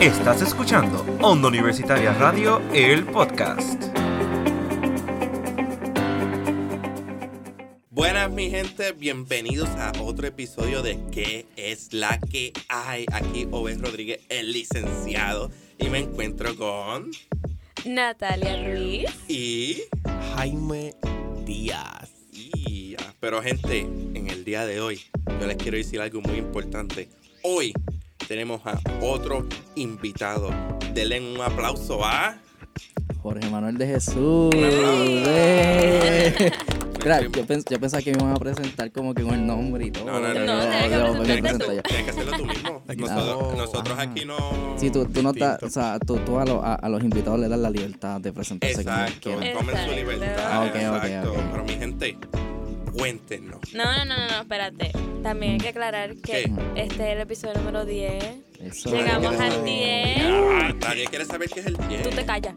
Estás escuchando Onda Universitaria Radio, el podcast. Buenas mi gente, bienvenidos a otro episodio de ¿Qué es la que hay? Aquí Oves Rodríguez, el licenciado, y me encuentro con... Natalia Ruiz. Y... Jaime Díaz. y- Pero gente, en el día de hoy, yo les quiero decir algo muy importante. Hoy tenemos a otro invitado. Denle un aplauso a... Jorge Manuel de Jesús. Ey. Eh. Mira, yo, pens- yo pensaba que me iban a presentar como que con el nombre y todo. No, no, no, Pero no, tienes que yo me presentarte presento tú. yo. Tienes que hacerlo tú mismo. Aquí está. Nosotros, nosotros Ah. aquí no... Sí, tú, tú no estás, o Pinto. sea, tú, tú a, los- a- a los invitados le das la libertad de presentarse como Exacto, quieran. tomen su Exacto. libertad. Ah, ok, ok, exacto. ok. Pero mi gente, cuéntenos. No, no, no, no, no, espérate. También hay que aclarar que ¿Qué? este es el episodio número 10. Eso. Llegamos Nadie al quiere 10. saber- Ah, Nadie quiere saber qué es el 10. Tú te callas.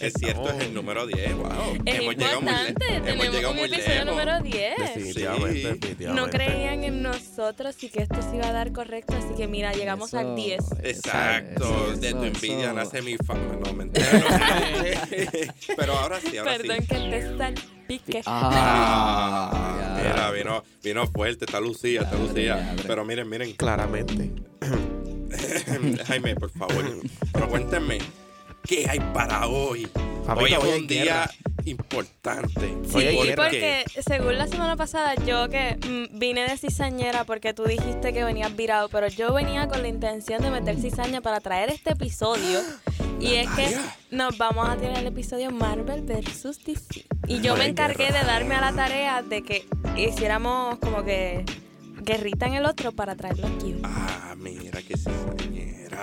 es cierto, es el número 10. Wow. Es importante. le- hemos Tenemos llegado un muy episodio lejos. número 10. Sí. No creían en nosotros y que esto se iba a dar correcto, así que mira, llegamos Eso, al 10. Exacto, eso, de tu eso, envidia eso. nace mi fama, no me entero. Pero ahora sí, ahora Perdón sí. que te salpique. Ah, ya. Mira, vino, vino fuerte, está Lucía, está Madre, Lucía. madre. Pero miren, miren, Claramente. Jaime, por favor. Pero cuéntenme, ¿qué hay para hoy? Papito, hoy es hoy hay un día guerra. importante. Hoy hay Sí, guerra. porque según la semana pasada yo que mm, vine de cizañera porque tú dijiste que venías virado, pero yo venía con la intención de meter cizaña para traer este episodio. Y es que Natalia. nos vamos a tener el episodio Marvel vs. DC. Y yo Hoy me hay encargué guerra. de darme a la tarea de que hiciéramos como que guerrita en el otro para traerlo aquí. Ah, mira que cizañera.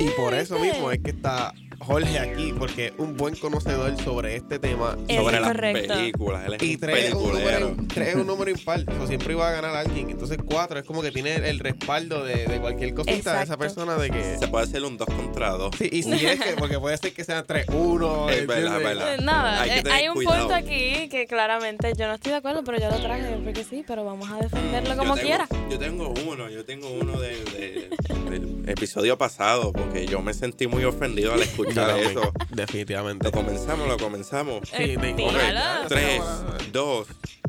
Y por eso mismo es que está Jorge aquí, porque es un buen conocedor sobre este tema. Eso sobre es las correcto. películas. Él es Y un tres es un, peliculero. número, tres es un número impar, o sea, siempre iba a ganar alguien. Entonces cuatro es como que tiene el respaldo de, de cualquier cosita de Exacto. esa persona de que... Se puede hacer un 2 contra 2. Sí, y si es que, porque puede ser que sea 3-1. Es verdad, ¿entiendes? verdad. Eh, Nada, Hay que eh, tener hay un cuidado. punto aquí que claramente yo no estoy de acuerdo, pero yo lo traje porque sí, pero vamos a defenderlo Yo como tengo- quiera. Yo tengo uno, yo tengo uno de- de- del episodio pasado, porque yo me sentí muy ofendido al escuchar Yo eso. también, Definitivamente. Lo comenzamos, lo comenzamos. Sí, Eh, de- Ok, Tíralo. ya, Tres, ya, dos,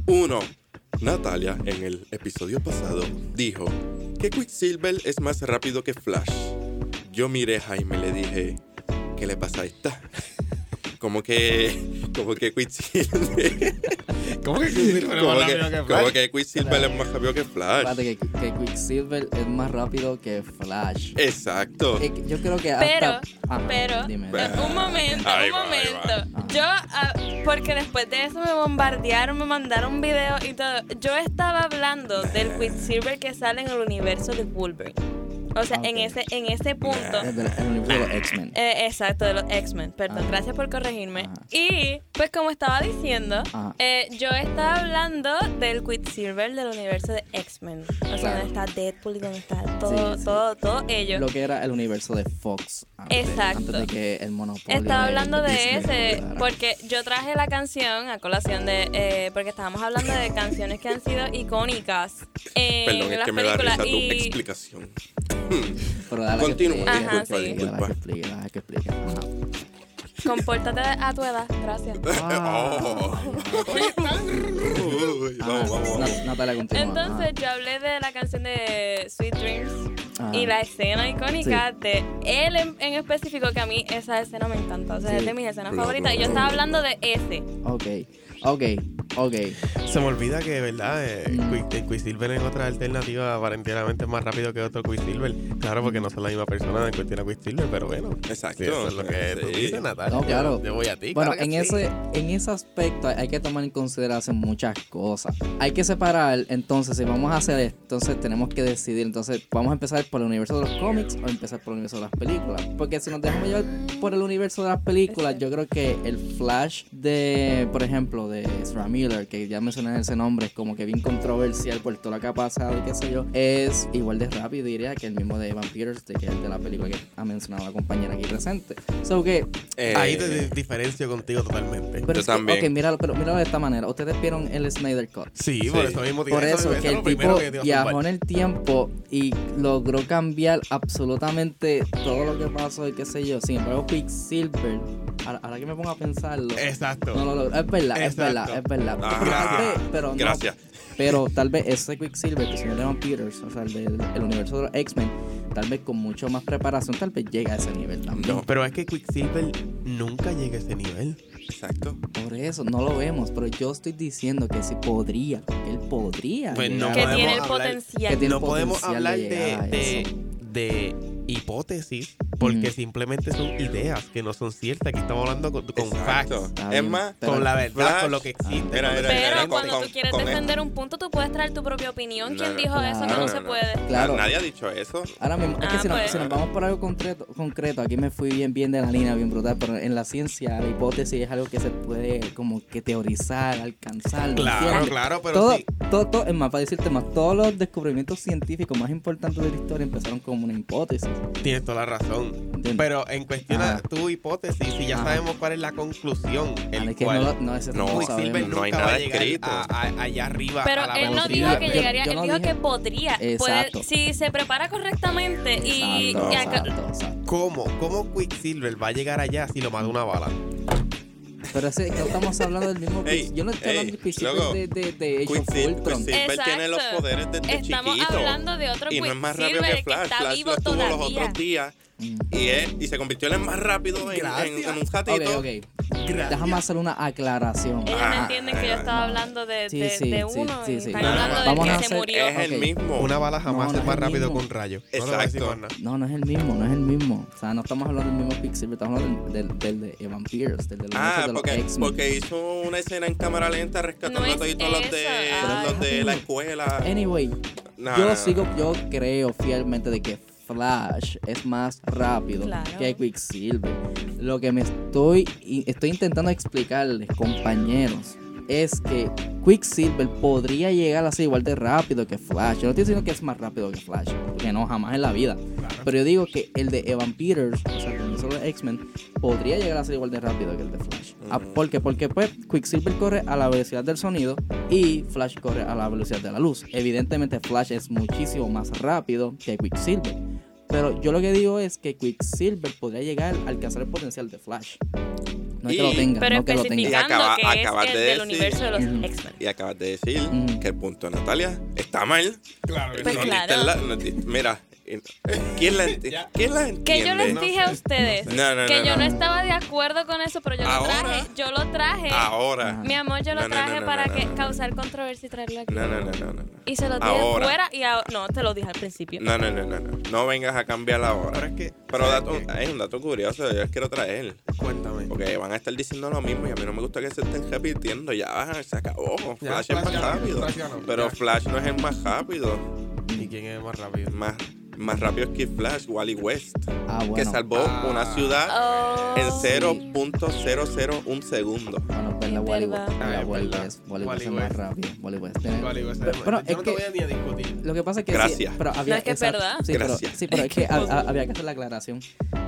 uno. Natalia, en el episodio pasado, dijo que Quicksilver es más rápido que Flash. Yo miré a Jaime y le dije, ¿qué le pasa a esta? Como que, como que Quicksilver, ¿Cómo que como que, como que que Quicksilver es más rápido que Flash. Espérate, que, que Quicksilver es más rápido que Flash. Exacto. Eh, Yo creo que Pero, hasta... Ajá, pero, Ah, dime. eh, un momento, Ahí un va, ahí va. momento. Yo, ah, porque después de eso me bombardearon, me mandaron un video y todo. Yo estaba hablando del Quicksilver que sale en el universo de Wolverine. O sea, en Ok. ese, en ese punto. Es del- el universo de los X-Men. Eh, exacto, de los X-Men, perdón, Ajá. gracias por corregirme. Ah. Ajá. Y pues como estaba diciendo, Ajá. eh, yo estaba hablando del Quicksilver del universo de X-Men. O sea, Claro. donde está Deadpool y donde está todo, sí. todo, todo ello. lo que era el universo de Fox antes, Exacto. antes de que el monopolio Estaba hablando de Disney ese, llegara. porque yo traje la canción a colación de, eh, porque estábamos hablando de canciones que han sido icónicas en Perdón, es las que me da películas. risa tu y- explicación. Pero dale que Continúa, explique, Ajá, dale que disculpa, explique, dale que explique, dale que explique. Compórtate a tu edad, gracias. Ajá. Ah. Oh, Uy, Oh, Ah, vamos, vamos, vamos. Nat- Natalia continúa. Entonces yo hablé de la canción de Sweet Dreams Ajá. Ah. Y la escena icónica de él en, en específico, que a mí esa escena me encanta. O sea, Sí. es de mis escenas Bla, favoritas. bla, Y bla, yo estaba bla. hablando de ese. Ok, ok, ok. Se me olvida que, ¿verdad? Eh, Mm. Quick- el Quicksilver es otra alternativa aparentemente más rápido que otro Quicksilver. Claro, porque no son la misma persona de cuestión a Quicksilver, pero bueno. Exacto. Sí, eso es lo que tú Sí. dices, Natalia. No, Yo- claro. Yo, voy a ti. Bueno, claro que en sí. ese, en ese aspecto hay- hay que tomar en consideración muchas cosas. Hay que separar, entonces, si vamos a hacer esto, entonces tenemos que decidir, entonces, ¿vamos a empezar por el universo de los cómics o empezar por el universo de las películas? Porque si nos dejamos llevar por el universo de las películas, yo creo que el Flash de, por ejemplo, de Ezra Miller Miller, que ya mencioné ese nombre, es como que bien controversial por todo lo que ha pasado y qué sé yo, es igual de rápido, diría, que el mismo de Evan Peters, de que es de la película que ha mencionado la compañera aquí presente. So que Eh, Ahí te di- diferencio contigo totalmente. Pero Yo es que, también. ok, míralo, pero míralo de esta manera. Ustedes vieron el Snyder Cut. Sí, Sí. por eso mismo te- Por eso, es que lo el primero tipo que te iba a viajó zumbar. en el tiempo y logró cambiar absolutamente todo lo que pasó y qué sé yo. Sin embargo, Quicksilver, ahora, ahora que me pongo a pensarlo, Exacto. no lo logró. Es verdad, Exacto. es verdad, es verdad. Ah, Tal vez, pero no. Gracias. Pero tal vez ese Quicksilver, que se llama Evan Peters, o sea, el del el universo de los X-Men, tal vez con mucho más preparación, tal vez llega a ese nivel también. No, Pero es que Quicksilver nunca llega a ese nivel. exacto. Por eso, no lo vemos, pero yo estoy diciendo que sí podría, que él podría. Pues llegar no Ah, a- que podemos tiene el hablar- que potencial. tiene no podemos potencial hablar de de, llegar a eso. de, de hipótesis porque Mm. simplemente son ideas que no son ciertas. Aquí estamos hablando con, con Exacto. facts, Está Es bien, más, pero- con la verdad, Flash. con lo que existe. Era- con- era- era- Pero con- cuando con- tú quieres con esto. defender un punto, tú puedes traer tu propia opinión. No, ¿Quién no, dijo eso? claro, No, no se puede. Claro. Nadie ha dicho eso. Ahora mismo, es que Ah, si, nos, pues. si nos vamos por algo concreto, concreto, aquí me fui bien, bien de la línea, bien brutal, pero en la ciencia la hipótesis es algo que se puede como que teorizar, alcanzar. ¿me Claro, entiendes? claro, pero Todo, sí. todo, todo, es más, para decirte más, todos los descubrimientos científicos más importantes de la historia empezaron como una hipótesis. Tienes toda la razón. ¿entiendes? Pero en cuestión Ajá. a tu hipótesis, si ya Ajá. sabemos cuál es la conclusión, Ah, el es que cual no, lo- no, ese No, no lo Quicksilver sabemos. nunca No hay va nada a llegar escrito. a- a- allá arriba. Pero a la él no velocidad dijo que de- Yo- llegaría, yo no él dijo dije- que podría. Puede- Exacto. si se prepara correctamente y, Exacto, y acá- exacto, exacto. ¿Cómo? ¿Cómo Quicksilver va a llegar allá si lo mata una bala? Pero ese, no estamos hablando del mismo. Ey, yo no ey, estoy hablando de principio loco, de, de, de Age of Quicksil- Ultron. Quicksilver tiene los Exacto. poderes desde estamos chiquito. hablando de otro y no es más rápido Quicksilver que Flash. está Flash vivo lo estuvo los todavía. otros días Mm. y, es- y se convirtió en el más rápido en, en- en un ratito. Ok, ok. Déjame hacer una aclaración. Ellos Ah, no entienden que yo ah, estaba ah. hablando de, Sí, de, sí, de sí, uno sí, y sí. están No, no, hablando no. del Vamos que a se hacer- murió. Es el Ok. mismo. Una bala jamás Oh. No, no es más es el rápido mismo. que un rayo. No le voy a decir Exacto. más nada. No, no es el mismo, no es el mismo. O sea, no estamos hablando del mismo Quicksilver, estamos hablando del, del, del de Evan Pierce, del del universo Ah, de los porque, X-Men. porque hizo una escena en cámara lenta rescatando No es a toditos los de, esa. los de Ay. la escuela. Anyway, No, yo no, no. sigo, yo creo fielmente de que Flash es más rápido Claro. que Quicksilver. Lo que me estoy, y estoy intentando explicarles, compañeros, es que Quicksilver podría llegar así igual de rápido que Flash. Yo no estoy diciendo que es más rápido que Flash, porque no, jamás en la vida. Pero yo digo que el de Evan Peters, o sea, el solo de X-Men, podría llegar a ser igual de rápido que el de Flash. Ah, Ujú. ¿Por qué? Porque pues Quicksilver corre a la velocidad del sonido y Flash corre a la velocidad de la luz. Evidentemente Flash es muchísimo más rápido que Quicksilver. Pero yo lo que digo es que Quicksilver podría llegar a alcanzar el potencial de Flash. No es que Y- lo tenga, Pero no que lo tenga. especifica- especificando acaba- que es acabas el de del decir. universo de los Ujú. X-Men. Y acabas de decir Mm. que el punto de Natalia está mal. Claro que Pues No, sí. claro. diste la- no, di- mira, eh, ¿quién la, enti- Ya. ¿quién la entiende? Que yo les No dije sé, a ustedes no sé. No, no, que no, yo no. no estaba de acuerdo con eso, pero yo lo Ahora. traje. Yo lo traje. Ahora. Mi amor, yo lo No, no, no, traje no, para no, que no, no. causar controversia y traerlo aquí. No, no, no, no, no. no. Y se lo dije Ahora. fuera y ahora. No, te lo dije al principio. No, no, no, no, no. No vengas a cambiar la Pero hora. es que. Pero ¿sabes dato, qué? es un dato curioso, yo les quiero traer. Cuéntame. Porque van a estar diciendo lo mismo y a mí no me gusta que se estén repitiendo. Ya, se acabó. Ya, Flash es más Flash ganó, rápido. Flash ganó, Pero ya. Flash no es el más rápido. ¿Y quién es más rápido? Más, más rápido que Flash, Wally West. Ah, bueno. Que salvó Ah. una ciudad Oh. en 0.001 segundo. Bueno, es Es verdad, Wally verdad. West. Ah, Mira, es Wally verdad. West. Wally Wally West es más West. rápido. Wally West. Mm. Tiene- Vale, igual Pero- sabemos. pero Yo no es que- te voy a ni a discutir. Lo que pasa es que Gracias. sí, pero había, No, es que es exacto, verdad. Sí, pero, Gracias. sí, pero es que Qué ha- cosa. ha- había que hacer la aclaración.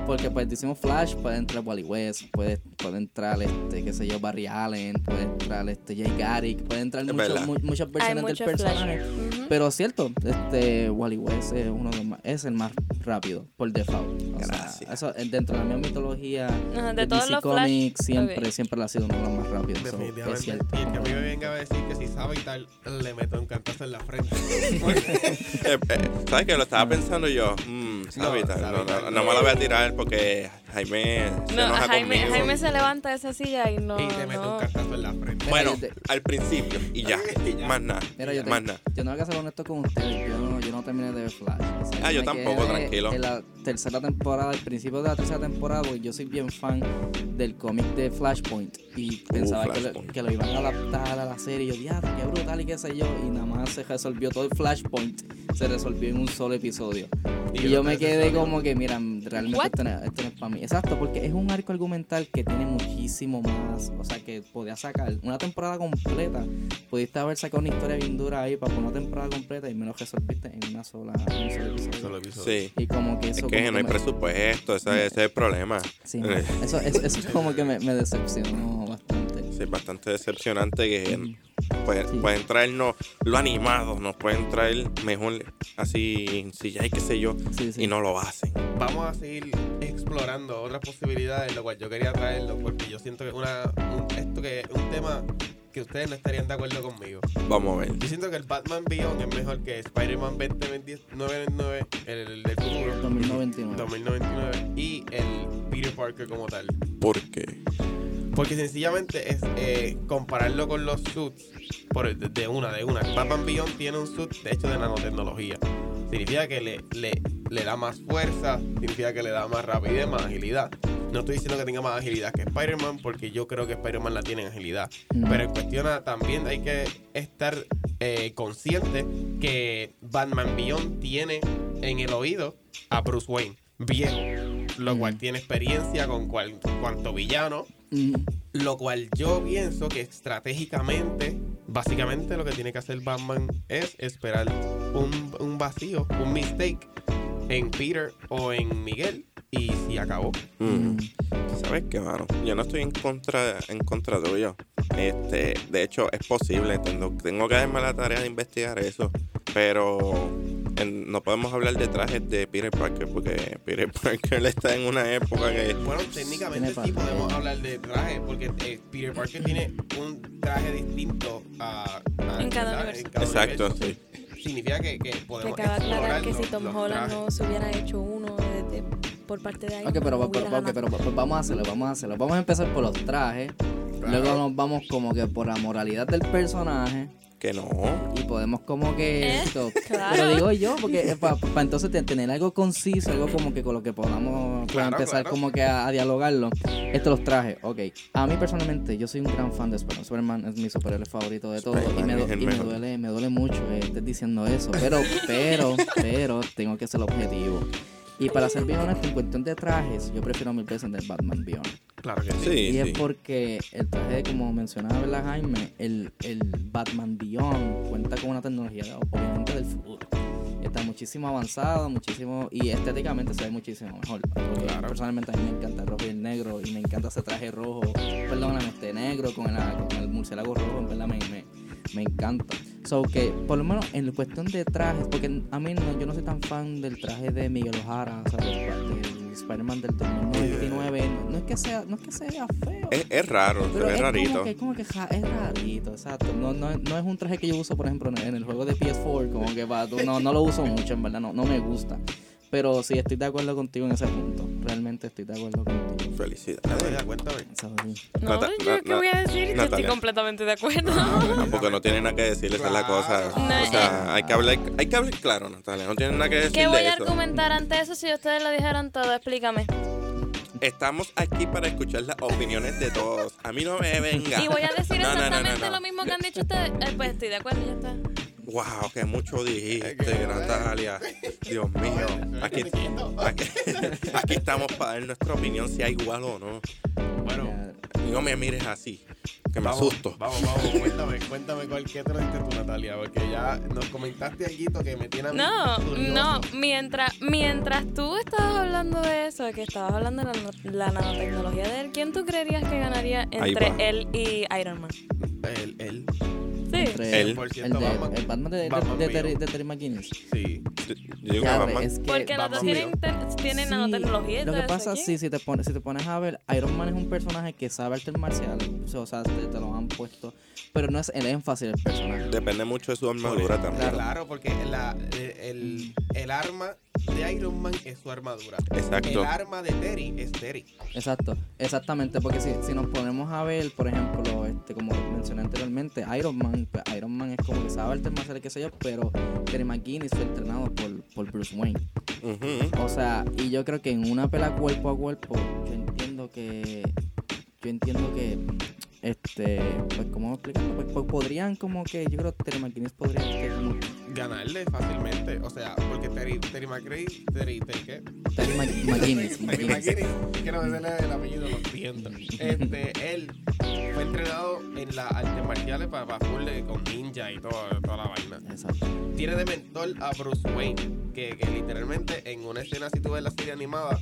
Porque pues decimos Flash, puede entrar Wally West, puede, puede entrar este, qué sé yo, Barry Allen, puede entrar este Jay Garrick, puede entrar Es muchos- verdad. mu- muchas Hay versiones mucho del personaje. flash. Ujú. Pero es cierto, este Wally West es uno de los más- es el más rápido, por default. O sea, Gracias. eso eh, dentro de la misma mitología Ajá, de de todos DC los Flash. Comics siempre, Ok. siempre lo ha sido uno de los más rápidos. so, es Definitivamente. cierto. Y el que a mí me venga a decir que si sabe y tal, le meto un cantazo en la frente. Eh, eh, ¿Sabes que Lo estaba pensando yo. mm, Sabita, No, no, Sabita, no, no. no me la voy a tirar porque Jaime se No, enoja Jaime, conmigo. Jaime se levanta de esa silla y no. y te meto no. un cantazo en la frente. Mira, Bueno, yo te- al principio y ya. Y ya. Más nada. Mira, yo, te- Más nada. yo tengo que ser honesto con ustedes. Yo no, yo no terminé de ver Flash. O sea, Ah, yo me tampoco, quedé tranquilo. En la tercera temporada, al principio de la tercera temporada, porque yo soy bien fan del cómic de Flashpoint. Y pensaba que, lo, Uh, Flashpoint. que lo iban a adaptar a la serie. Y yo, diablo, qué brutal y qué sé yo. Y nada más se resolvió todo el Flashpoint se resolvió en un solo episodio. Y Y, yo yo no me creo que quedé sea como que, mira, realmente What? esto no, esto no es para mí. Exacto, porque es un arco argumental que tiene muchísimo más. O sea, que podía sacar una temporada completa. Pudiste haber sacado una historia bien dura ahí para una temporada completa y me lo resolviste en una sola, en un solo episodio. Solo episodio. Sí. Y como que Es eso. como que no hay me- presupuesto, ese, ese es el problema. Sí, mano, Eh. eso, eso, eso es como que me, me decepcionó bastante. Sí, es bastante decepcionante que pueden, Sí. pueden traernos lo animado, nos pueden traer mejor así, si ya hay qué sé yo, Sí, sí. y no lo hacen. Vamos a seguir explorando otras posibilidades, lo cual yo quería traerlo porque yo siento que una, un- esto que es un tema que ustedes no estarían de acuerdo conmigo. Vamos a ver. Yo siento que el Batman Beyond es mejor que Spider-Man 2099, el, el del futuro, 2099. 2099, y el Peter Parker como tal. ¿Por qué? Porque sencillamente es eh, compararlo con los suits por, de, de una, de una. Batman Beyond tiene un suit hecho de nanotecnología. Significa que le, le, le da más fuerza, significa que le da más rapidez, más agilidad. No estoy diciendo que tenga más agilidad que Spider-Man, porque yo creo que Spider-Man la tiene en agilidad. Mm. Pero en cuestión a- también hay que estar eh, consciente que Batman Beyond tiene en el oído a Bruce Wayne, viejo, lo cual Mm. tiene experiencia con cual, cuanto villano, Mm. lo cual yo pienso que estratégicamente, básicamente lo que tiene que hacer Batman es esperar un, un vacío, un mistake en Peter o en Miguel y si acabó. Mm. ¿Sabes qué, mano? Yo no estoy en contra, en contra tuyo. Este, de hecho, es posible. Tengo, tengo que darme la tarea de investigar eso. Pero en- no podemos hablar de trajes de Peter Parker porque Peter Parker está en una época que... Bueno, técnicamente Tiene pa- sí podemos hablar de traje, porque eh, Peter Parker tiene un traje distinto a, a- En cada ¿verdad? universo. cada Exacto, universo. sí. Significa que, que Me podemos acaba de aclarar explorar que si los- Tom los Holland trajes. no se hubiera hecho uno de- de- por parte de Iron Ok, Man, pero, pero, hubiera ok, pero, ganado. pero vamos a hacerlo, vamos a hacerlo. Vamos a empezar por los trajes. Ah, Luego nos vamos como que por la moralidad del personaje. Que no. Y podemos como que... ¿Eh? esto- Claro. Lo digo yo, porque para entonces te- tener algo conciso, algo como que con lo que podamos pues, Claro, empezar claro. como que a, a dialogarlo. Esto los traje, ok. A mí personalmente, yo soy un gran fan de Superman. Superman es mi superhéroe favorito de todo. Y, Superman me, do- es el y me mejor. duele, me duele mucho que estés diciendo eso. Pero, pero, pero, tengo que ser objetivo. Y para ser bien honesto, en cuestión de trajes, yo prefiero mil veces el de Batman Beyond. Claro que sí. Sí, Y es sí. porque el traje, como mencionaba ¿verdad, Jaime, el, el Batman Beyond cuenta con una tecnología obviamente del futuro. Está muchísimo avanzado, muchísimo. Y estéticamente se ve muchísimo mejor. Porque Claro. personalmente a mí me encanta el rojo y el negro. Y me encanta ese traje rojo. Perdóname, este negro con el, con el murciélago rojo. En verdad me, me, me encanta. So que, por lo menos en cuestión de trajes, porque a mí no, yo no soy tan fan del traje de Miguel O'Hara, o sea, del, del Spider-Man del 2099. No, no es que sea, no es que sea feo. Es, es raro, se Pero ve es rarito. Como que, como que ja- es rarito, exacto. No, no, no es un traje que yo uso, por ejemplo, en el, en el juego de PS4. Como que va, no, no lo uso mucho, en verdad, no, no me gusta. Pero sí, estoy de acuerdo contigo en ese punto. Realmente estoy de acuerdo contigo. Felicidades. Natalia, cuéntame. Eso sí. No, Nata- yo qué Na- voy a decir, yo estoy Natalia. completamente de acuerdo. Ah, porque no tiene nada que decir, esa es la cosa. No, o sea, hay que hablar, hay que hablar claro, Natalia. No tiene nada que decir ¿Qué voy de a eso. argumentar ante eso si ustedes lo dijeron todo? Explícame. Estamos aquí para escuchar las opiniones de todos. A mí no me venga. Y voy a decir No, no, no, no, exactamente no. lo mismo que han dicho ustedes. Eh, pues estoy de acuerdo, ya está. Wow, que mucho dijiste, Que- Natalia. Dios mío. Aquí, aquí, aquí estamos para dar nuestra opinión, si hay igual o no. Bueno, Ya, Y no me mires así, que me vamos, asusto. Vamos, vamos, cuéntame, cuéntame cuál que te lo diste tú, Natalia, porque ya nos comentaste algo que me tiene a mí No, curioso. no, mientras, mientras tú estabas hablando de eso, que estabas hablando de la, no- la nanotecnología de él, ¿quién tú creerías que ganaría Ahí entre va. él y Iron Man? Él, él, Sí. entre Él. el, el, de, Batman. el Batman de, de, Batman de mío. Terry, de Terry McGuinness. sí. Yo digo que Ya, pues, mamá, es que- Porque los dos Batman tienen, te- tienen Sí, nanotecnología y Lo todo que eso pasa, aquí. sí, si te, pones, si te pones a ver, Iron Man es un personaje que sabe arte marcial, o sea, te, te lo han puesto, pero no es el énfasis del personaje. depende mucho de su armadura también. Claro, porque la, el, el arma de Iron Man es su armadura. Exacto. El arma de Terry es Terry. Exacto, exactamente, porque si, si nos ponemos a ver, por ejemplo, este como mencioné anteriormente, Iron Man, pues, Iron Man es como que sabe artes marciales, qué sé yo, pero Terry McGuinness fue entrenado por, por Bruce Wayne. Ujú. O sea, y yo creo que en una pelea cuerpo a cuerpo, yo entiendo que. Yo entiendo que Este, pues, ¿cómo explicarlo? Pues, pues, podrían como que, yo creo que Terry McGinnis podría que como ganarle fácilmente. O sea, porque Terry, Terry McRae, Terry, Terry, ¿qué? Terry Mc- McGinnis. Terry McGinnis. McGuinness, quiero decirle el apellido, lo siento. Este, él fue entrenado en las artes marciales para, para full de- con ninja y todo, toda la vaina. Exacto. Tiene de mentor a Bruce Wayne, que, que literalmente en una escena, si tú ves la serie animada,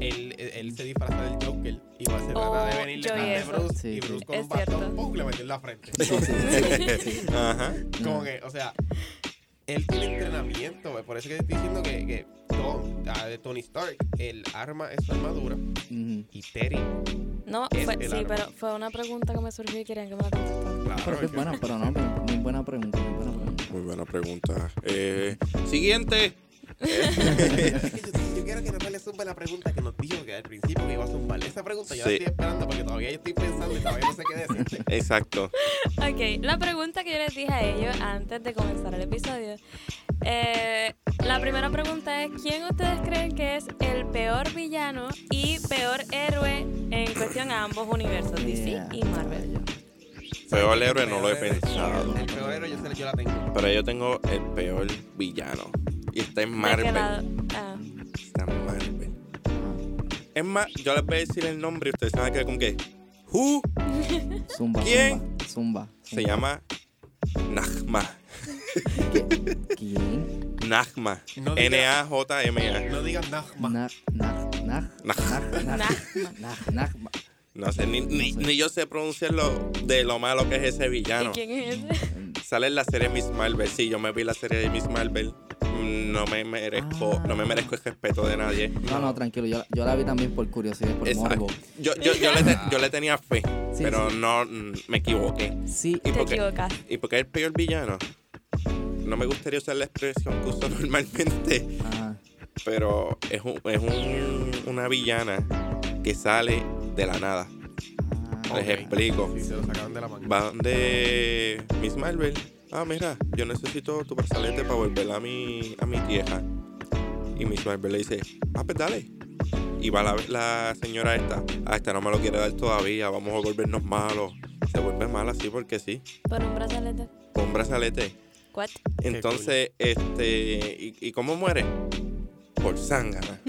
él, él- él se disfraza del Joker y va a ser Oh, de venir yo vi detrás de eso. Bruce Sí, y sí. Bruce con Es un bastón cierto. ¡pum! le metió en la frente. Sí, sí, sí, sí. Ajá. Como que, o sea, él tiene entrenamiento, güey. por eso que te estoy diciendo que, que Tom- ah, de Tony Stark, el arma es su armadura Ujú. y Terry. No, Es fue- el sí, árbol. pero fue una pregunta que me surgió y querían que me la contestara. Claro, Pero es que- buena, pero no, muy- muy buena pregunta, muy buena pregunta. Muy buena pregunta. Eh, siguiente. Es que yo, yo quiero que Natalia zumba la pregunta que nos dijo que al principio que iba a zumbar. Esa pregunta yo la Sí. estoy esperando porque todavía yo estoy pensando y todavía no sé qué decirte. Exacto. Ok, la pregunta que yo les dije a ellos antes de comenzar el episodio. eh, la primera pregunta es, ¿quién ustedes creen que es el peor villano y peor héroe en cuestión a ambos universos, Yeah. DC y Marvel? Peor héroe no lo he El peor héroe- pensado. El peor héroe yo, sé, yo la tengo. Pero yo tengo el peor villano. Y está en ¿De qué Marvel. lado? Ah, Está en Marvel. Ah, Es más, yo les voy a decir el nombre y ustedes saben que con qué. Who Zumba, ¿Quién? Zumba, zumba. se llama Najma. ¿Quién? Najma. No digas- N-A-J-M-A. No digas Nagma. Nah, nah, nah, nah, nah, nah, nah, nah. No sé, ni, ni- No sé. ni yo sé pronunciarlo de lo malo que es ese ¿Y villano. quién es ese? Sale en la serie Miss Marvel. Sí, yo me vi la serie de Miss Marvel. Mm, No me merezco, Ah. no me merezco el respeto de nadie. No, no, tranquilo, yo, yo la vi también por curiosidad, por Exacto. morbo. Yo, yo, yo, le, te- yo le tenía fe, Sí, pero sí. no mm, me equivoqué. Sí, ¿Y Te por qué? equivocas. ¿Y porque es el peor villano? No me gustaría usar la expresión que uso normalmente, ajá. pero es, un- es un- una villana que sale de la nada. Ah, Les explico. Sí, se lo sacaron de la manga. Van de Miss Marvel. Ah, mira, yo necesito tu brazalete para volver a mi, a mi tierra. Y Miss Marvel le dice, ah, pues dale. Y va la, la señora esta. Ah, esta no me lo quiere dar todavía, vamos a volvernos malos. Se vuelve mala así porque sí. Por un brazalete. Con un brazalete. ¿What? Entonces, este, ¿y, y cómo muere? Por zángana.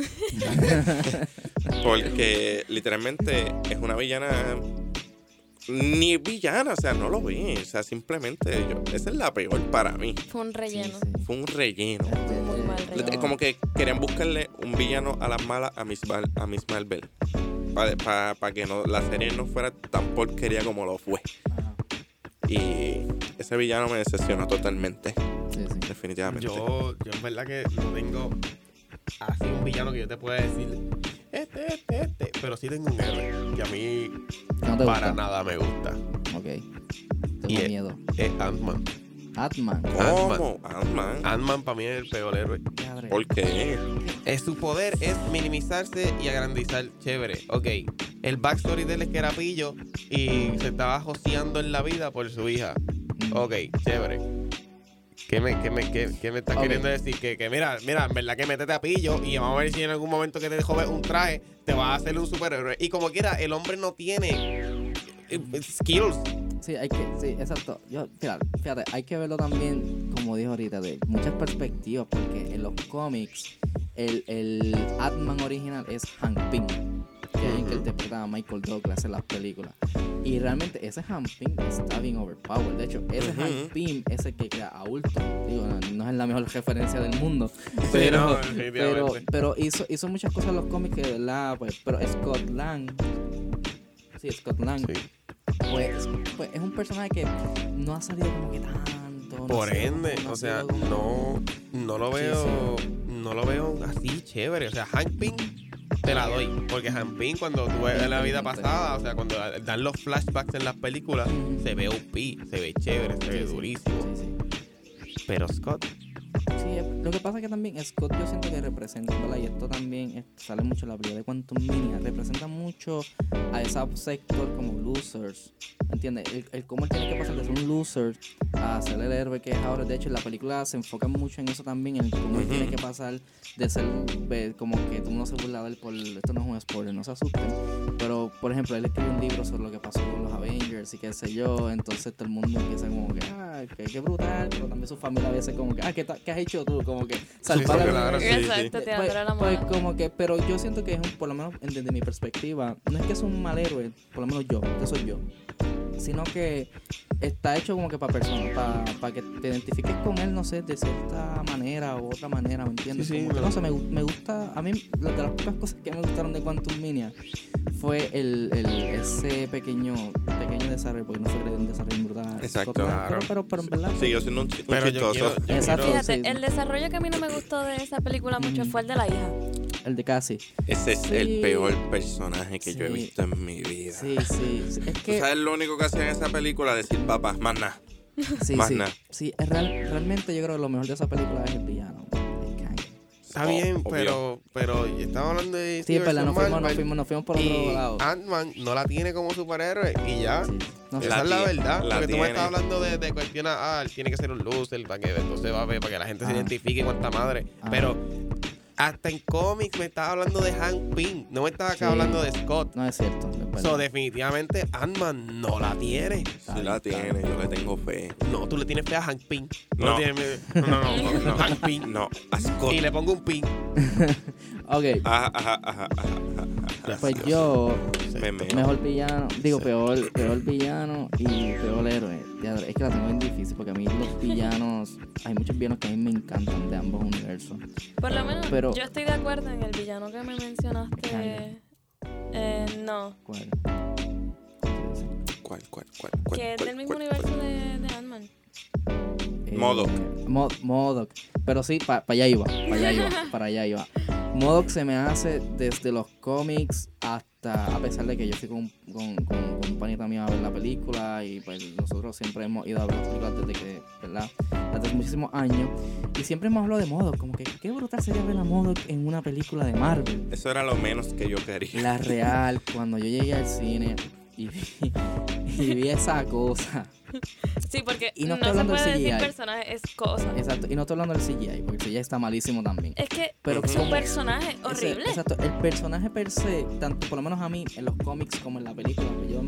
Porque literalmente es una villana. Ni villana, o sea, no lo vi. O sea, simplemente yo- esa es la peor para mí. Fue un sí, relleno. sí. Fue un relleno. Este, Muy mal eh, relleno. Es Como que querían buscarle un villano a las malas a Miss, Val- a Miss Marvel. Para que no, la serie no fuera tan porquería como lo fue. Ajá, Y ese villano me decepcionó totalmente. Sí, sí. Definitivamente. Yo, yo en verdad que no tengo así un villano que yo te pueda decir este, este, este. Pero sí tengo un héroe que a mí No te para gusta. nada me gusta. Ok. Tengo Y, eh, miedo. Es Ant-Man. Atman. ¿Cómo? Ant-Man. Ant-Man para mí es el peor héroe. Madre. ¿Por qué? Eh, su poder es minimizarse y agrandizar. Chévere, ok. El backstory de él es que era pillo y se estaba joseando en la vida por su hija. Mm. Ok, chévere. ¿Qué me, qué me, qué, qué me estás Ok. queriendo decir? Que, que mira, mira, en verdad que métete a pillo y vamos a ver si en algún momento que te dejó ver un traje te vas a hacer un superhéroe. Y como quiera, el hombre no tiene eh, eh, skills. Sí, hay que, sí, exacto. Yo, fíjate, fíjate, hay que verlo también, como dijo ahorita, de muchas perspectivas, porque en los cómics, el, el Atman original es Hank Pym, que es el que interpreta a Michael Douglas en las películas. Y realmente ese Hank Pym está bien overpowered. De hecho, ese Ujú. Hank Pym es el que crea a Ultron. Digo, no, no es la mejor referencia del mundo, pero... no, Pero, definitivamente. pero hizo, hizo muchas cosas en los cómics que de verdad, pues, pero Scott Lang. Sí, Scott Lang. Sí. Pues, pues es un personaje que no ha salido como que tanto. no Por ha sido ende, como- no ha o sea, sido como- no, no lo Sí, veo, no lo veo así chévere. O sea, Hank Pym te la doy, porque Hank Pym cuando tú ves la vida pasada, o sea, cuando dan los flashbacks en las películas, Ujú. se ve OP, se ve chévere, se ve Sí, sí, durísimo. sí, sí. Pero Scott, sí, es- lo que pasa es que también Scott yo siento que representa, ¿verdad? Y esto también eh, sale mucho en la película de Quantum Mania, representa mucho a ese sector como losers, ¿entiendes? El, el cómo él tiene que pasar de ser un loser a ser el héroe que es ahora. De hecho, en la película se enfoca mucho en eso también, en cómo él tiene que pasar de ser ve, como que tú no se burla de él por... Esto no es un spoiler, no se asusten. Pero, por ejemplo, él escribió un libro sobre lo que pasó con los Avengers y qué sé yo. Entonces todo el mundo empieza como que, ah, qué, qué brutal. Pero también su familia a veces como que, ah, ¿qué, ta- qué has hecho tú? Como que salvar sí, a- claro, sí. Exacto, te pues, la pues mano. como que, pero yo siento que es un, por lo menos desde mi perspectiva, no es que es un mal héroe, por lo menos yo, que soy yo, sino que está hecho como que para personas, para que te identifiques con él, no sé, de cierta manera o otra manera, ¿me entiendes? Sí, sí, Como que, pero- no sé, me, gu- me gusta, a mí lo- de las pocas cosas que me gustaron de Quantum Minia fue el, el- ese pequeño, pequeño desarrollo, porque no fue un desarrollo brutal. Exacto, pero, claro. pero, pero en verdad... Siguió siendo un, chi- un Pero yo chistoso. quiero, yo Exacto. quiero- Fíjate, sí. Mm. el desarrollo que a mí no me gustó de esa película mucho Ujú. fue el de la hija. El de Cassie. Ese es Sí. el peor personaje que yo he Sí. visto en mi vida. Sí, sí. sí, Es ¿Tú que... sabes lo único que hacía en esa película? Decir papá, más nada. Sí, Más sí. nada. Sí, es real- realmente yo creo que lo mejor de esa película es el villano. El Kang. Está O- bien, obvio. pero, pero estamos hablando de. Sí, es verdad, Universal nos fuimos, nos Marvel, fuimos, nos fuimos por otro Y Ah, lado. Ant-Man no la tiene como superhéroe y ya. Sí, no sé. Esa es la tie- verdad. Ah. la porque tú me estás tiene. hablando de, de cuestionar, ah, él tiene que ser un loser para que entonces va a ver, para que la gente se Ajá. identifique y cuanta madre. Ajá. Pero hasta en cómics me estás hablando de Hank Pym, no me estás acá Sí. hablando de Scott. No es cierto. es verdad. So, definitivamente Ant-Man no la tiene. Sí la tiene, yo le tengo fe. No, tú le tienes fe a Hank Pym. Tú No. le tienes- no, no, no, No. Hank Pym. No, asco. Y le pongo un pin. Ok, Ajá, ajá, ajá, ajá, ajá. pues yo, Me meo. mejor villano, digo, Sí. peor, peor villano y peor héroe. Ya, Es que la tengo bien difícil porque a mí los villanos, hay muchos villanos que a mí me encantan de ambos universos. Por lo menos Pero- yo estoy de acuerdo en el villano que me Kang. mencionaste. Eh, no, ¿Cuál? ¿Cuál, cuál, cuál? cuál, que es cuál, del mismo cuál, universo cuál? de, de Ant-Man. Eh, Modoc. Mo- Modoc. Pero sí, para allá iba. Para allá iba. Para allá iba. Modoc se me hace desde los cómics hasta. A pesar de que yo fui con, con, con, con un panita mío a ver la película y pues nosotros siempre hemos ido a ver las películas desde que. ¿Verdad? Desde muchísimos años. Y siempre hemos hablado de Modoc. Como que qué brutal sería ver a Modoc en una película de Marvel. Eso era lo menos que yo quería. La real, cuando yo llegué al cine y vi, y vi esa cosa. Sí, porque Y no no, está se hablando de puede decir CGI. personaje, es cosa. Exacto. Y no estoy hablando del CGI, porque el CGI está malísimo también. Es que Pero es como- un personaje Ese- horrible. exacto, el personaje per se, tanto por lo menos a mí, en los cómics como en la película, que yo,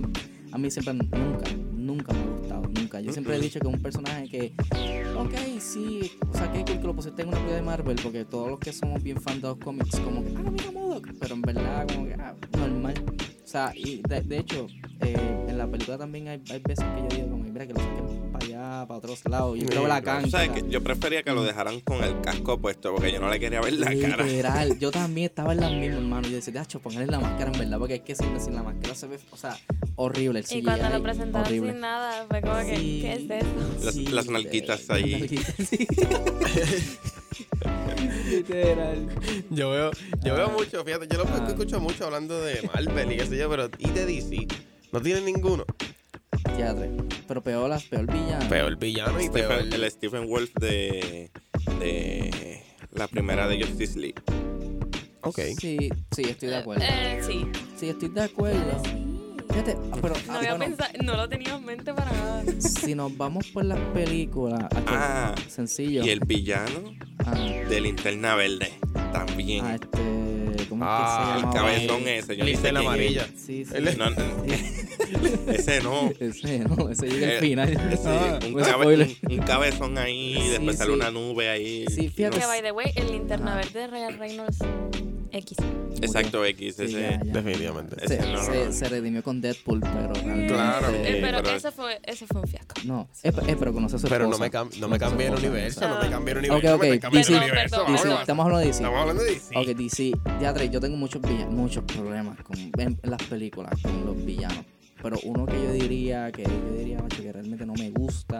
a mí siempre, nunca, nunca me ha gustado, nunca. Yo siempre he Mm-mm. dicho que es un personaje que, ok, sí, o sea, que cool que lo pusiste en una película de Marvel, porque todos los que somos bien fan de los cómics, como que, ah, mira Modoc, pero en verdad, como que, ah, normal. O sea, y de, de hecho, eh, en la película también hay, hay veces que yo digo, como, mira, que lo saquen para allá, para otros lados, yo Sí, creo la claro. cancha. Tú sabes que yo prefería que lo dejaran con el casco puesto porque yo no le quería ver la cara. Literal, yo también estaba en las mismas, hermano. Y yo decía, Dacho, ponerle la máscara en verdad, porque es que sin, sin la máscara se ve, o sea, horrible el y CGI, cuando lo presentaron horrible. sin nada, fue como que, Sí. ¿qué es eso? Las- las nalguitas ahí. las nalguitas, sí. Literal. Yo veo, yo Ah. veo mucho, fíjate, yo lo Ah. escucho mucho hablando de Marvel y qué sé yo, pero y de DC. No tiene ninguno. Teatro. Pero peor las peor villanas. Peor villano Este, y peor. Stephen- el Stephen Wolf de, de la primera de Justice League. Ok. Sí, sí, estoy de acuerdo. Eh, sí. Sí, estoy de acuerdo. Fíjate, ah, pero No ah, había bueno, pensado, no lo tenía en mente para nada. si nos vamos por las películas, Dacho, Ah, sencillo. y el villano Ah, de Linterna Verde también. ah, este, ¿cómo Ah, es que se el llama? cabezón ese. Yo ni sé Linterna quién es. amarilla. Sí, sí. El- No, no, ese no. Ese no, ese llega al Eh, final. Ese, Ah, un, fue cabe- spoiler. un- un cabezón ahí, Sí, después sale sí. una nube ahí. Sí, fíjate. Que by the way, el linterna Ajá. verde de Ryan Reynolds X. Eh, Exacto, X. Sí, ese. ya, ya. Definitivamente. Se, Ese no, se- no. se redimió con Deadpool, pero realmente- Claro. Eh, Eh, pero pero- eso fue, eso fue un fiasco. No, eh, eh, pero conoce a su Pero no esposa. me, cam- no Conoce me a su cambié el esposa, universo, exacto. no me cambié el Ok, universo. ok, me te cambié DC. el universo. Perdón, vamos, DC, perdón. vamos. estamos hablando de DC. Estamos hablando de DC. Ok, DC, Teatre, yo tengo muchos villa- muchos problemas con, en, en las películas con los villanos. Pero uno que yo diría, que yo diría, macho, que realmente no me gusta,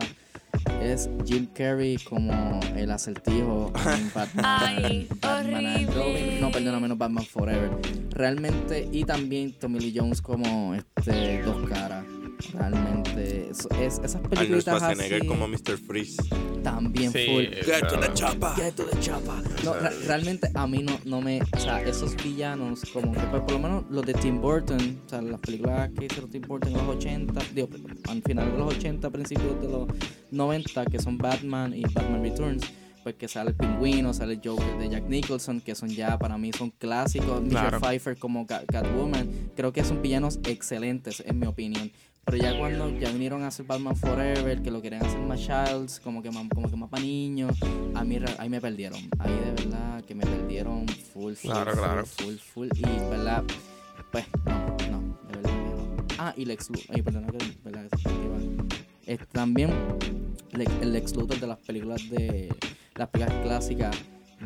es Jim Carrey como el acertijo en Batman. Ay, Batman and horrible. Robin. No, perdona, menos Batman Forever. Realmente, y también Tommy Lee Jones como este dos caras. Realmente, eso- es, esas Arnold películas así. Schwarzenegger como Mr. Freeze. también Sí, full. eh, Get to the claro. chapa. Get to the chapa. No, ra- realmente a mí no, no me. O sea, esos villanos, como que pues, por lo menos los de Tim Burton, o sea, las películas que hicieron Tim Burton en los 80, digo, al final de los 80, principios de los 90, que son Batman y Batman Returns. Pues que sale el pingüino, sale el Joker de Jack Nicholson, que son ya para mí son clásicos. Michelle Claro. Pfeiffer como Ca- Catwoman, creo que son villanos excelentes, en mi opinión. Pero ya cuando ya vinieron a hacer Batman Forever, que lo querían hacer más childs, como que más, como que más para niños, a mí, ra- ahí me perdieron. Ahí de verdad que me perdieron full, full, Claro, full, claro. full, full. Y verdad, pues no, no, de verdad que no. Ah, y Lex Luthor, ay, perdona que, verdad que se me iba. Eh, también Lex- el Lex Luthor de las películas de, las películas clásicas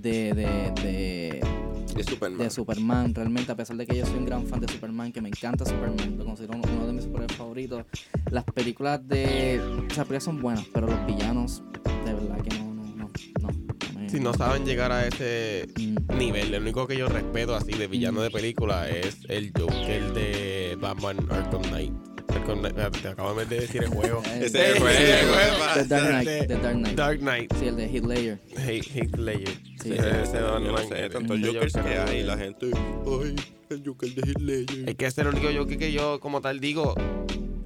de, de, de, De Superman. de Superman. Realmente, a pesar de que yo soy un gran fan de Superman, que me encanta Superman, lo considero uno- uno de mis superhéroes favoritos. Las películas de. O sea, películas son buenas, pero los villanos, de verdad que no, no, no. no, no me- Si no saben llegar a ese Mm, nivel, lo único que yo respeto así de villano de película es el Joker de Batman Arkham Knight. Arkham Knight- Te acabo de decir el juego. eh, Ese eh, es el juego, eh, juego. The Dark Knight. Este, The Dark Knight. Dark Knight. Sí, el de Heath Ledger. Hey, Heath Ledger. Sí, Ese- sí. ese Yo Batman, no sé, eh, tanto ese Joker que Joker. hay, la gente. Ay, el Joker de Heath Ledger. Es que ese es el único Joker que yo, como tal, digo.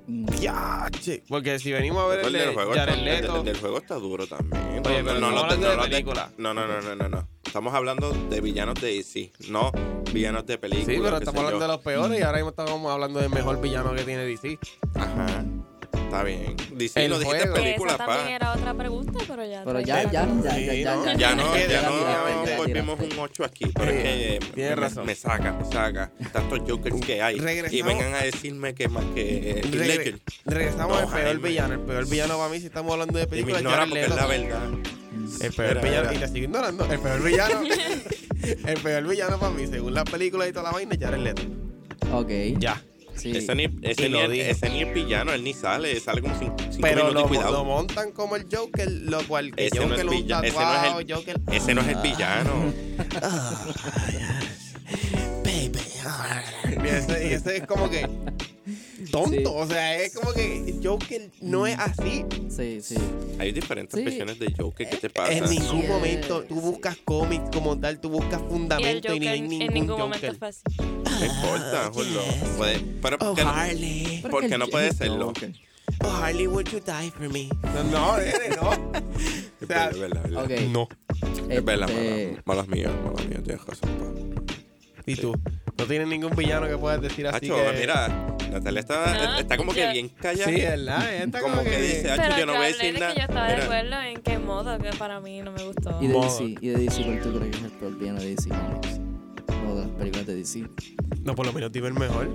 Mm, "Diache". Porque si venimos a ver el El de del juego está- Jared el de- Leto. el del juego está duro también. Oye, pero no lo- hablando de lo- película. No, no, no, no, no, no. Estamos hablando de villanos de DC, no villanos de película. Sí, pero qué estamos sé yo. hablando de los peores y ahora mismo estamos hablando del mejor villano que tiene DC. Ajá. Está bien. DC El no dijiste juego. Que película, esa también pa. era otra pregunta, pero ya. pues, Pero te- ya, ya, ya, Sí, ya, ya. ¿no? ya, Ya no, Tira, ya no tira, volvimos tira. un 8 aquí, pero es que me- Tienes razón. me saca, me saca. Tantos jokers que hay. Y Regresamos. vengan a decirme que más que Heath Regre- Ledger. regresamos No, al peor Jaime. villano. El peor villano para mí, si estamos hablando de Y me películas, es ignora Jared porque Leto. es la verdad. El peor Espera, villano, espera. y te sigo ignorando. El peor villano. el peor villano para mí, según las películas y toda la vaina, es Jared Leto. Ok. Ya. Sí. Ese ni, ese, Y ni, lo dijo. ese ni es villano, él ni sale, sale como cinco, cinco Pero minutos lo, y cuidado. lo montan como el Joker, lo cual que Ese no Joker es lo un villa- ese no es el- tatuado, Joker. Ese no Ah. es el villano. Y ese, y ese es como que tonto. Sí. O sea, es como que Joker no es así. Sí, sí. Hay diferentes Sí. Eh, versiones de Joker. ¿Qué te pasa? En ningún Sí, momento. Tú sí. buscas cómics como tal, tú buscas Y el fundamento y, Joker no hay en ningún, ningún momento Joker. es fácil. No importa, Julio. Puede- pero Oh, ¿por qué no? Harley. Pero Porque que el- no puede no, serlo. ok. Oh, Harley, would you die for me? No, no, nene, no. Es verdad, es verdad, es verdad. Ok. No. Es verdad, Este, mala- malas mías, malas mías, tienes razón. pa. Y tú, no tienes ningún villano que puedas decir así. Hacho, que... mira, Natalia está, No, está como que yo- bien callada. Sí, ¿verdad? Está como que dice, Hacho, Pero yo no voy a hablé decir de nada. que yo estaba de Mira, acuerdo en qué modo, que para mí no me gustó. Y de Mod. DC, y de DC, ¿cuál tú crees que es el peor villano de DC Comics? O de las películas de DC. No, por lo menos dime el mejor.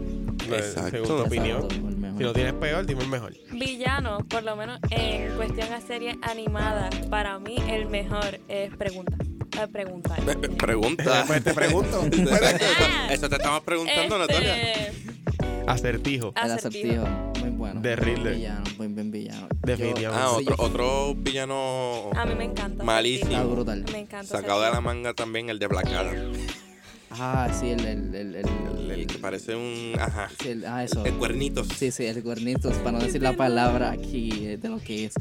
Exacto. Según tu opinión. Exacto, el mejor. Si lo tienes peor, dime el mejor. Villano, por lo menos en cuestión a series animadas, para mí el mejor es Pregunta. eh, preguntar. pe- pe- Pregunta. Pues te pregunto. Eso te estamos preguntando, Este, Natalia. Acertijo. El acertijo. acertijo. Muy bueno. De Riddler. Buen villano, buen, buen villano. Definitivamente. Ah, Sí, otro, yo- otro villano A mí me encanta. Malísimo. Está Acertijo. brutal. Me encanta. sacado de la Acertijo. manga también, el de Black Adam. Ah, sí, el. el, el, el, El, el que parece un. Ajá. sí, el- ah, eso. El cuernito. Sí, sí, el cuernito, para no decir la palabra aquí eh, de lo que es,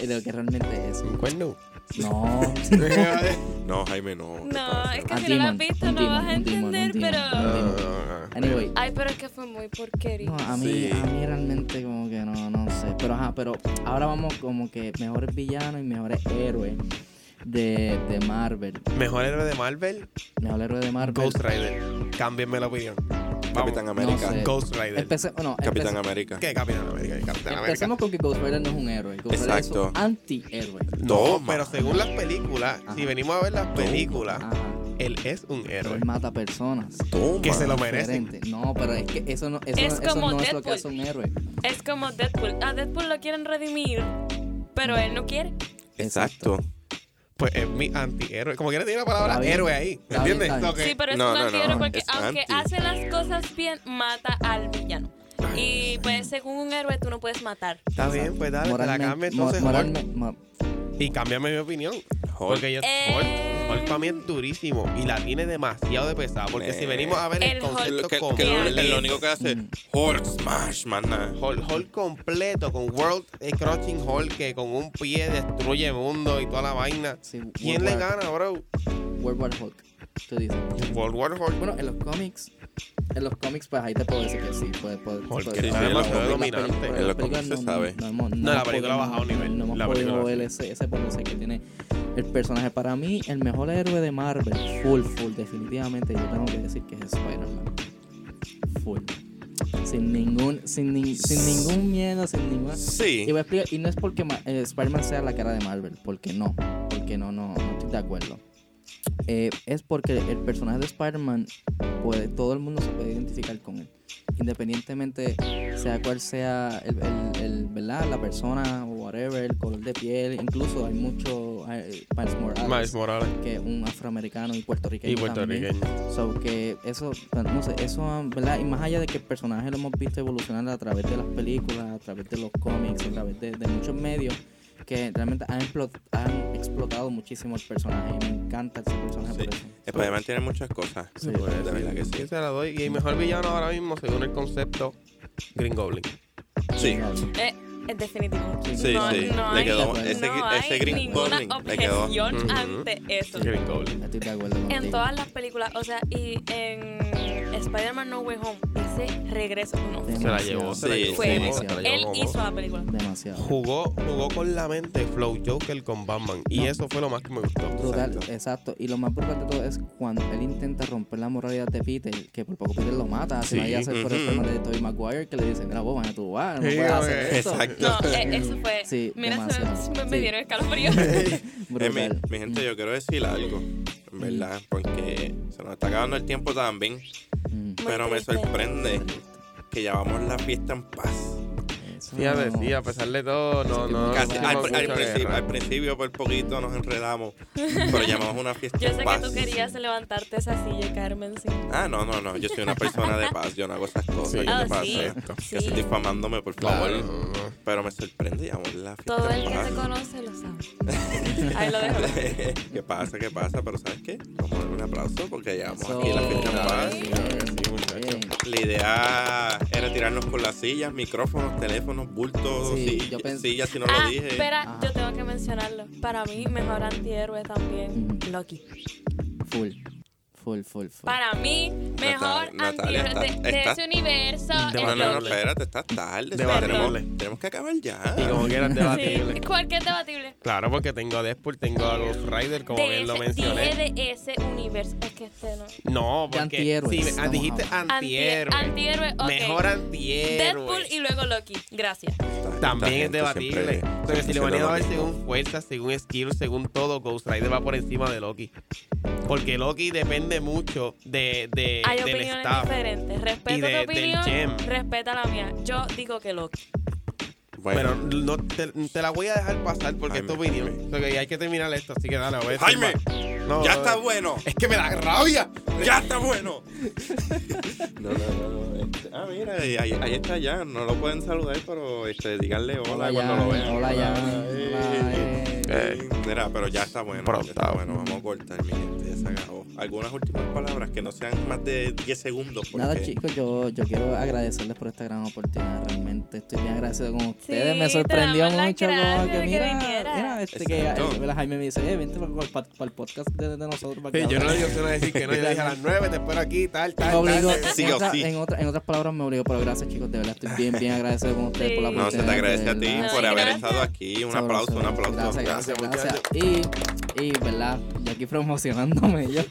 eh, de lo que realmente es. ¿Un cuerno? No. No, Jaime, no. ¿qué No, pasa? es que Ah, si no lo has Demon, visto un no Demon, vas a un Demon, un entender, Demon. pero. Anyway, Ay, pero es que fue muy porquería. No, a mí, Sí. a mí realmente como que no, no sé. Pero ajá, pero ahora vamos como que mejores villanos y mejores héroes de, de Marvel. Mejor héroe de Marvel, Mejor héroe de Marvel. Ghost Rider. Cámbienme la opinión. Vamos. Capitán América. No sé. Ghost Rider. Empece- no, Eh, empe- Capitán América. ¿Qué Capitán América? ¿Qué Capitán América. empecemos con que Ghost Rider no es un héroe. Ghost Rider es Exacto. un antihéroe. No, Toma. pero según las películas, Ajá. si venimos a ver las películas, Ajá. él es un héroe. Él mata personas. Toma. Que se lo merecen. Diferente. No, pero es que eso no, eso, Es no- eso como no es lo que Deadpool. es un héroe. Es como Deadpool. A Deadpool lo quieren redimir, pero él no quiere. Exacto. Pues es mi antihéroe. Como quiera tiene la palabra Está bien. héroe ahí. Está ¿Entiendes? bien, está Lo que- Sí, pero es No, un no, no, antihéroe porque es aunque anti. hace las cosas bien, mata al villano. Y pues según un héroe tú no puedes matar. Está bien, pues dale, te la Moralmente- cambio mo- entonces. Hulk. moralme- mo- Y cámbiame mi opinión. Hulk. Eh. Porque yo. Hulk. Hulk para mí es durísimo y la tiene demasiado de pesada. Porque Nah. si venimos a ver el, El Hulk. concepto Lo Eh. que, que completo. lo, Completo. lo único que hace Mm. Hulk Smash, man. nada. Hulk, Hulk completo con World eh, Crushing Hulk que con un pie destruye el mundo y toda la vaina. Sí, ¿Quién World le War- gana, bro? World War Hulk, tú dices. World War Hulk. Bueno, en los cómics, en los cómics, pues ahí te puedo decir que sí. Puede, puede, Hulk, puede que ser. está Pero en las demasiado películas- dominante. pero En las los cómics películas se no- sabe. No, hemos- No, la película ha hemos bajado podido- nivel. No hemos La película podido sí. ver ese, ese potencial que tiene el personaje. Para mí, el mejor héroe de Marvel, full, full, definitivamente, yo tengo que decir que es Spider-Man. Full. Sin ningún, sin, ni- sin ningún miedo, sin ninguna... Sí. Y, voy a explicar- y no es porque Ma- eh, Spider-Man sea la cara de Marvel, porque no, porque no, no, no estoy de acuerdo. Eh, es porque el personaje de Spider-Man, puede, todo el mundo se puede identificar con él. Independientemente sea cual sea el, el- el- ¿verdad? la persona o whatever, el color de piel, incluso hay mucho eh, Miles Morales, Miles Morales que es un afroamericano y puertorriqueño. y también. puertorriqueño. So que eso, no sé, eso, ¿verdad? Y más allá de que el personaje lo hemos visto evolucionar a través de las películas, a través de los cómics, a través de, de muchos medios que realmente han, explo- han explotado muchísimo el personaje. Y me encanta ese personaje Sí. por eso. Spider-Man Eh, tiene muchas cosas. Sí. De verdad que Yo sí. se la doy. Y el mejor villano ahora mismo, según el concepto, Green Goblin. Sí. Eh, es definitivo. Sí, no, sí. No le hay, quedó. no Ese, hay ese Green ninguna Goblin le quedó. objeción Ujú. ante eso. Green Goblin. Estoy de acuerdo contigo. En todas las películas, o sea, y en Spider-Man No Way Home, ese regreso, no. Se la llevó. se la Sí, llevó, fue se la llevó Él como- hizo la película. Demasiado. Jugó, jugó con la mente Flow Joker con Batman. Y No. eso fue lo más que me gustó. Brutal, Exacto. exacto. Y lo más brutal de todo es cuando él intenta romper la moralidad de Peter, que por poco Peter lo mata, se Sí, lo vaya a hacer por ujú. el tema de Tobey Maguire, que le dice, mira, vos van a tu bar, no Sí, puedes hacer ok. esto. Exacto. No, eh, eso fue. Sí, mira, se me, demasiado. se me Sí. dieron escalofrío. Eh, Brutal. mi, mi gente, yo quiero decir algo, en ¿verdad? Porque se nos está acabando el tiempo también, Mm. Muy pero me triste. sorprende que llevamos la fiesta en paz. Eso Fíjate, no- sí, a pesar de todo, no, Sí, no. Casi, no al, hicimos al mucha principio, guerra. al principio por poquito nos enredamos, pero llamamos una fiesta Yo en sé que paz. tú querías levantarte esa silla, Carmen, sí. Ah, no, no, no, yo soy una persona de paz, yo no hago esas cosas. Sí. ¿Qué Ah, te pasa? sí. Que estoy Sí. difamándome, por favor. Claro, no, no. Pero me sorprende, llamamos la fiesta Todo el en que paz. te conoce lo sabe. Ahí lo dejo. ¿Qué pasa? ¿Qué pasa? Pero ¿sabes qué? Vamos a darle un aplauso porque llevamos Eso- aquí la fiesta en paz. Sí, Sí, muchacho. bien. La idea era tirarnos con las sillas, micrófonos, teléfonos, bultos, Sí, sill- yo pens- sillas, si no Ah, lo dije. espera, Ajá. yo tengo que mencionarlo. Para mí, mejor antihéroe también, Ujú. Loki. Full, full, full, full. Para mí, mejor Natalia, antihéroe está- de, de está- ese universo De es No, no, no, Loki. espérate, está tarde. De o sea, tenemos, Batman. tenemos que acabar ya. Y como quieras debatible. Sí, cualquier debatible. Claro, porque tengo a Deadpool, tengo a Ghost Rider, como de bien lo ese, mencioné. dije de ese universo. Es que este no. No, De porque antihéroes, sí, estamos dijiste Anti- antihéroe. Antihéroe, ok. Mejor antihéroe. Eh, Deadpool y luego Loki. Gracias. Esta- También es esta gente debatible. siempre- Pero siempre si le se van da a lo ver mismo. según fuerza, según skill, según todo, Ghost Rider va por encima de Loki. Porque Loki depende mucho de, de- Hay del opiniones staff. diferentes. Y Respeto de- del tu opinión, gem. respeta la mía. Yo digo que Loki. este- Bueno, Pero no te, te la voy a dejar pasar porque es tu Jaime, opinión. Ok, hay que terminar esto, así que dale, a ver. Jaime, No, ya no, está no. bueno. Es que me da rabia. Ya está bueno. no, no, no. no, este- ah, mira, ahí, ahí- ahí está ya. No lo pueden saludar, pero este, díganle hola, Hola, cuando lo Jan, vean. hola, Jan, eh. hola, eh. Eh, Mira, pero ya está bueno. Pronto. ya está bueno, vamos a cortar, mi gente. Ya se acabó. Algunas últimas palabras que no sean más de 10 segundos. Porque... Nada chicos, yo, yo quiero agradecerles por esta gran oportunidad, realmente estoy bien agradecido con ustedes, Sí, me te sorprendió damos las mucho como gracias de que que mira, vinieras. mira este que Exacto. eh, la Jaime me dice, eh, vente para, para- para el podcast de, de nosotros. para que Sí, yo no hables". le digo a decir que no, yo le dije a las 9, te espero aquí, tal, Me tal, obligó, tal. Sí, en, o otra- sí. en otra- en otras palabras me obligó, pero gracias chicos, de verdad estoy bien, bien agradecido con ustedes por la Sí. No, oportunidad. se te agradece a de ti verdad. por haber Gracias. estado aquí. Un Sobre, aplauso, un sobre. aplauso. Gracias, gracias, Gracias, gracias. Y, y, ¿verdad? Y aquí promocionándome yo.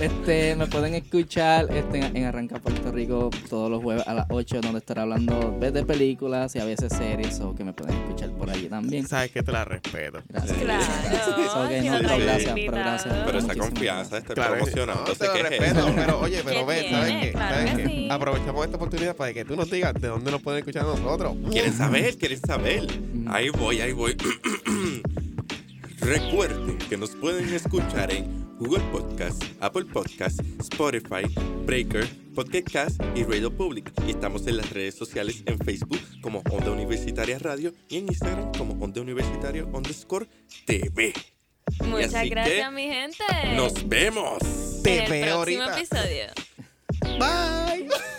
Este, me pueden escuchar este, en Arranca Puerto Rico todos los jueves a las 8, donde estaré hablando de películas y a veces series, o que me pueden escuchar por allí también. Sabes que te la respeto. Gracias. Sí. Claro, gracias. So que si no, no pero te gracias, invitado. pero gracias. Pero esa Muchísimas confianza, está Claro, promocionando. no, te sé lo que es respeto, eso. pero oye, pero ¿Qué ve, tiene? ¿sabes qué? Claro ¿Sabes que qué? sí. Aprovechamos esta oportunidad para que tú nos digas de dónde nos pueden escuchar a nosotros. Quieren saber, quieren saber. Ahí voy, ahí voy. Recuerden que nos pueden escuchar en Google Podcast, Apple Podcast, Spotify, Breaker, Podcast Cast y Radio Public. Y estamos en las redes sociales en Facebook como Onda Universitaria Radio y en Instagram como Onda Universitario underscore TV. Muchas así gracias, que mi gente. Nos vemos. Te en el veo próximo ahorita. episodio. Bye.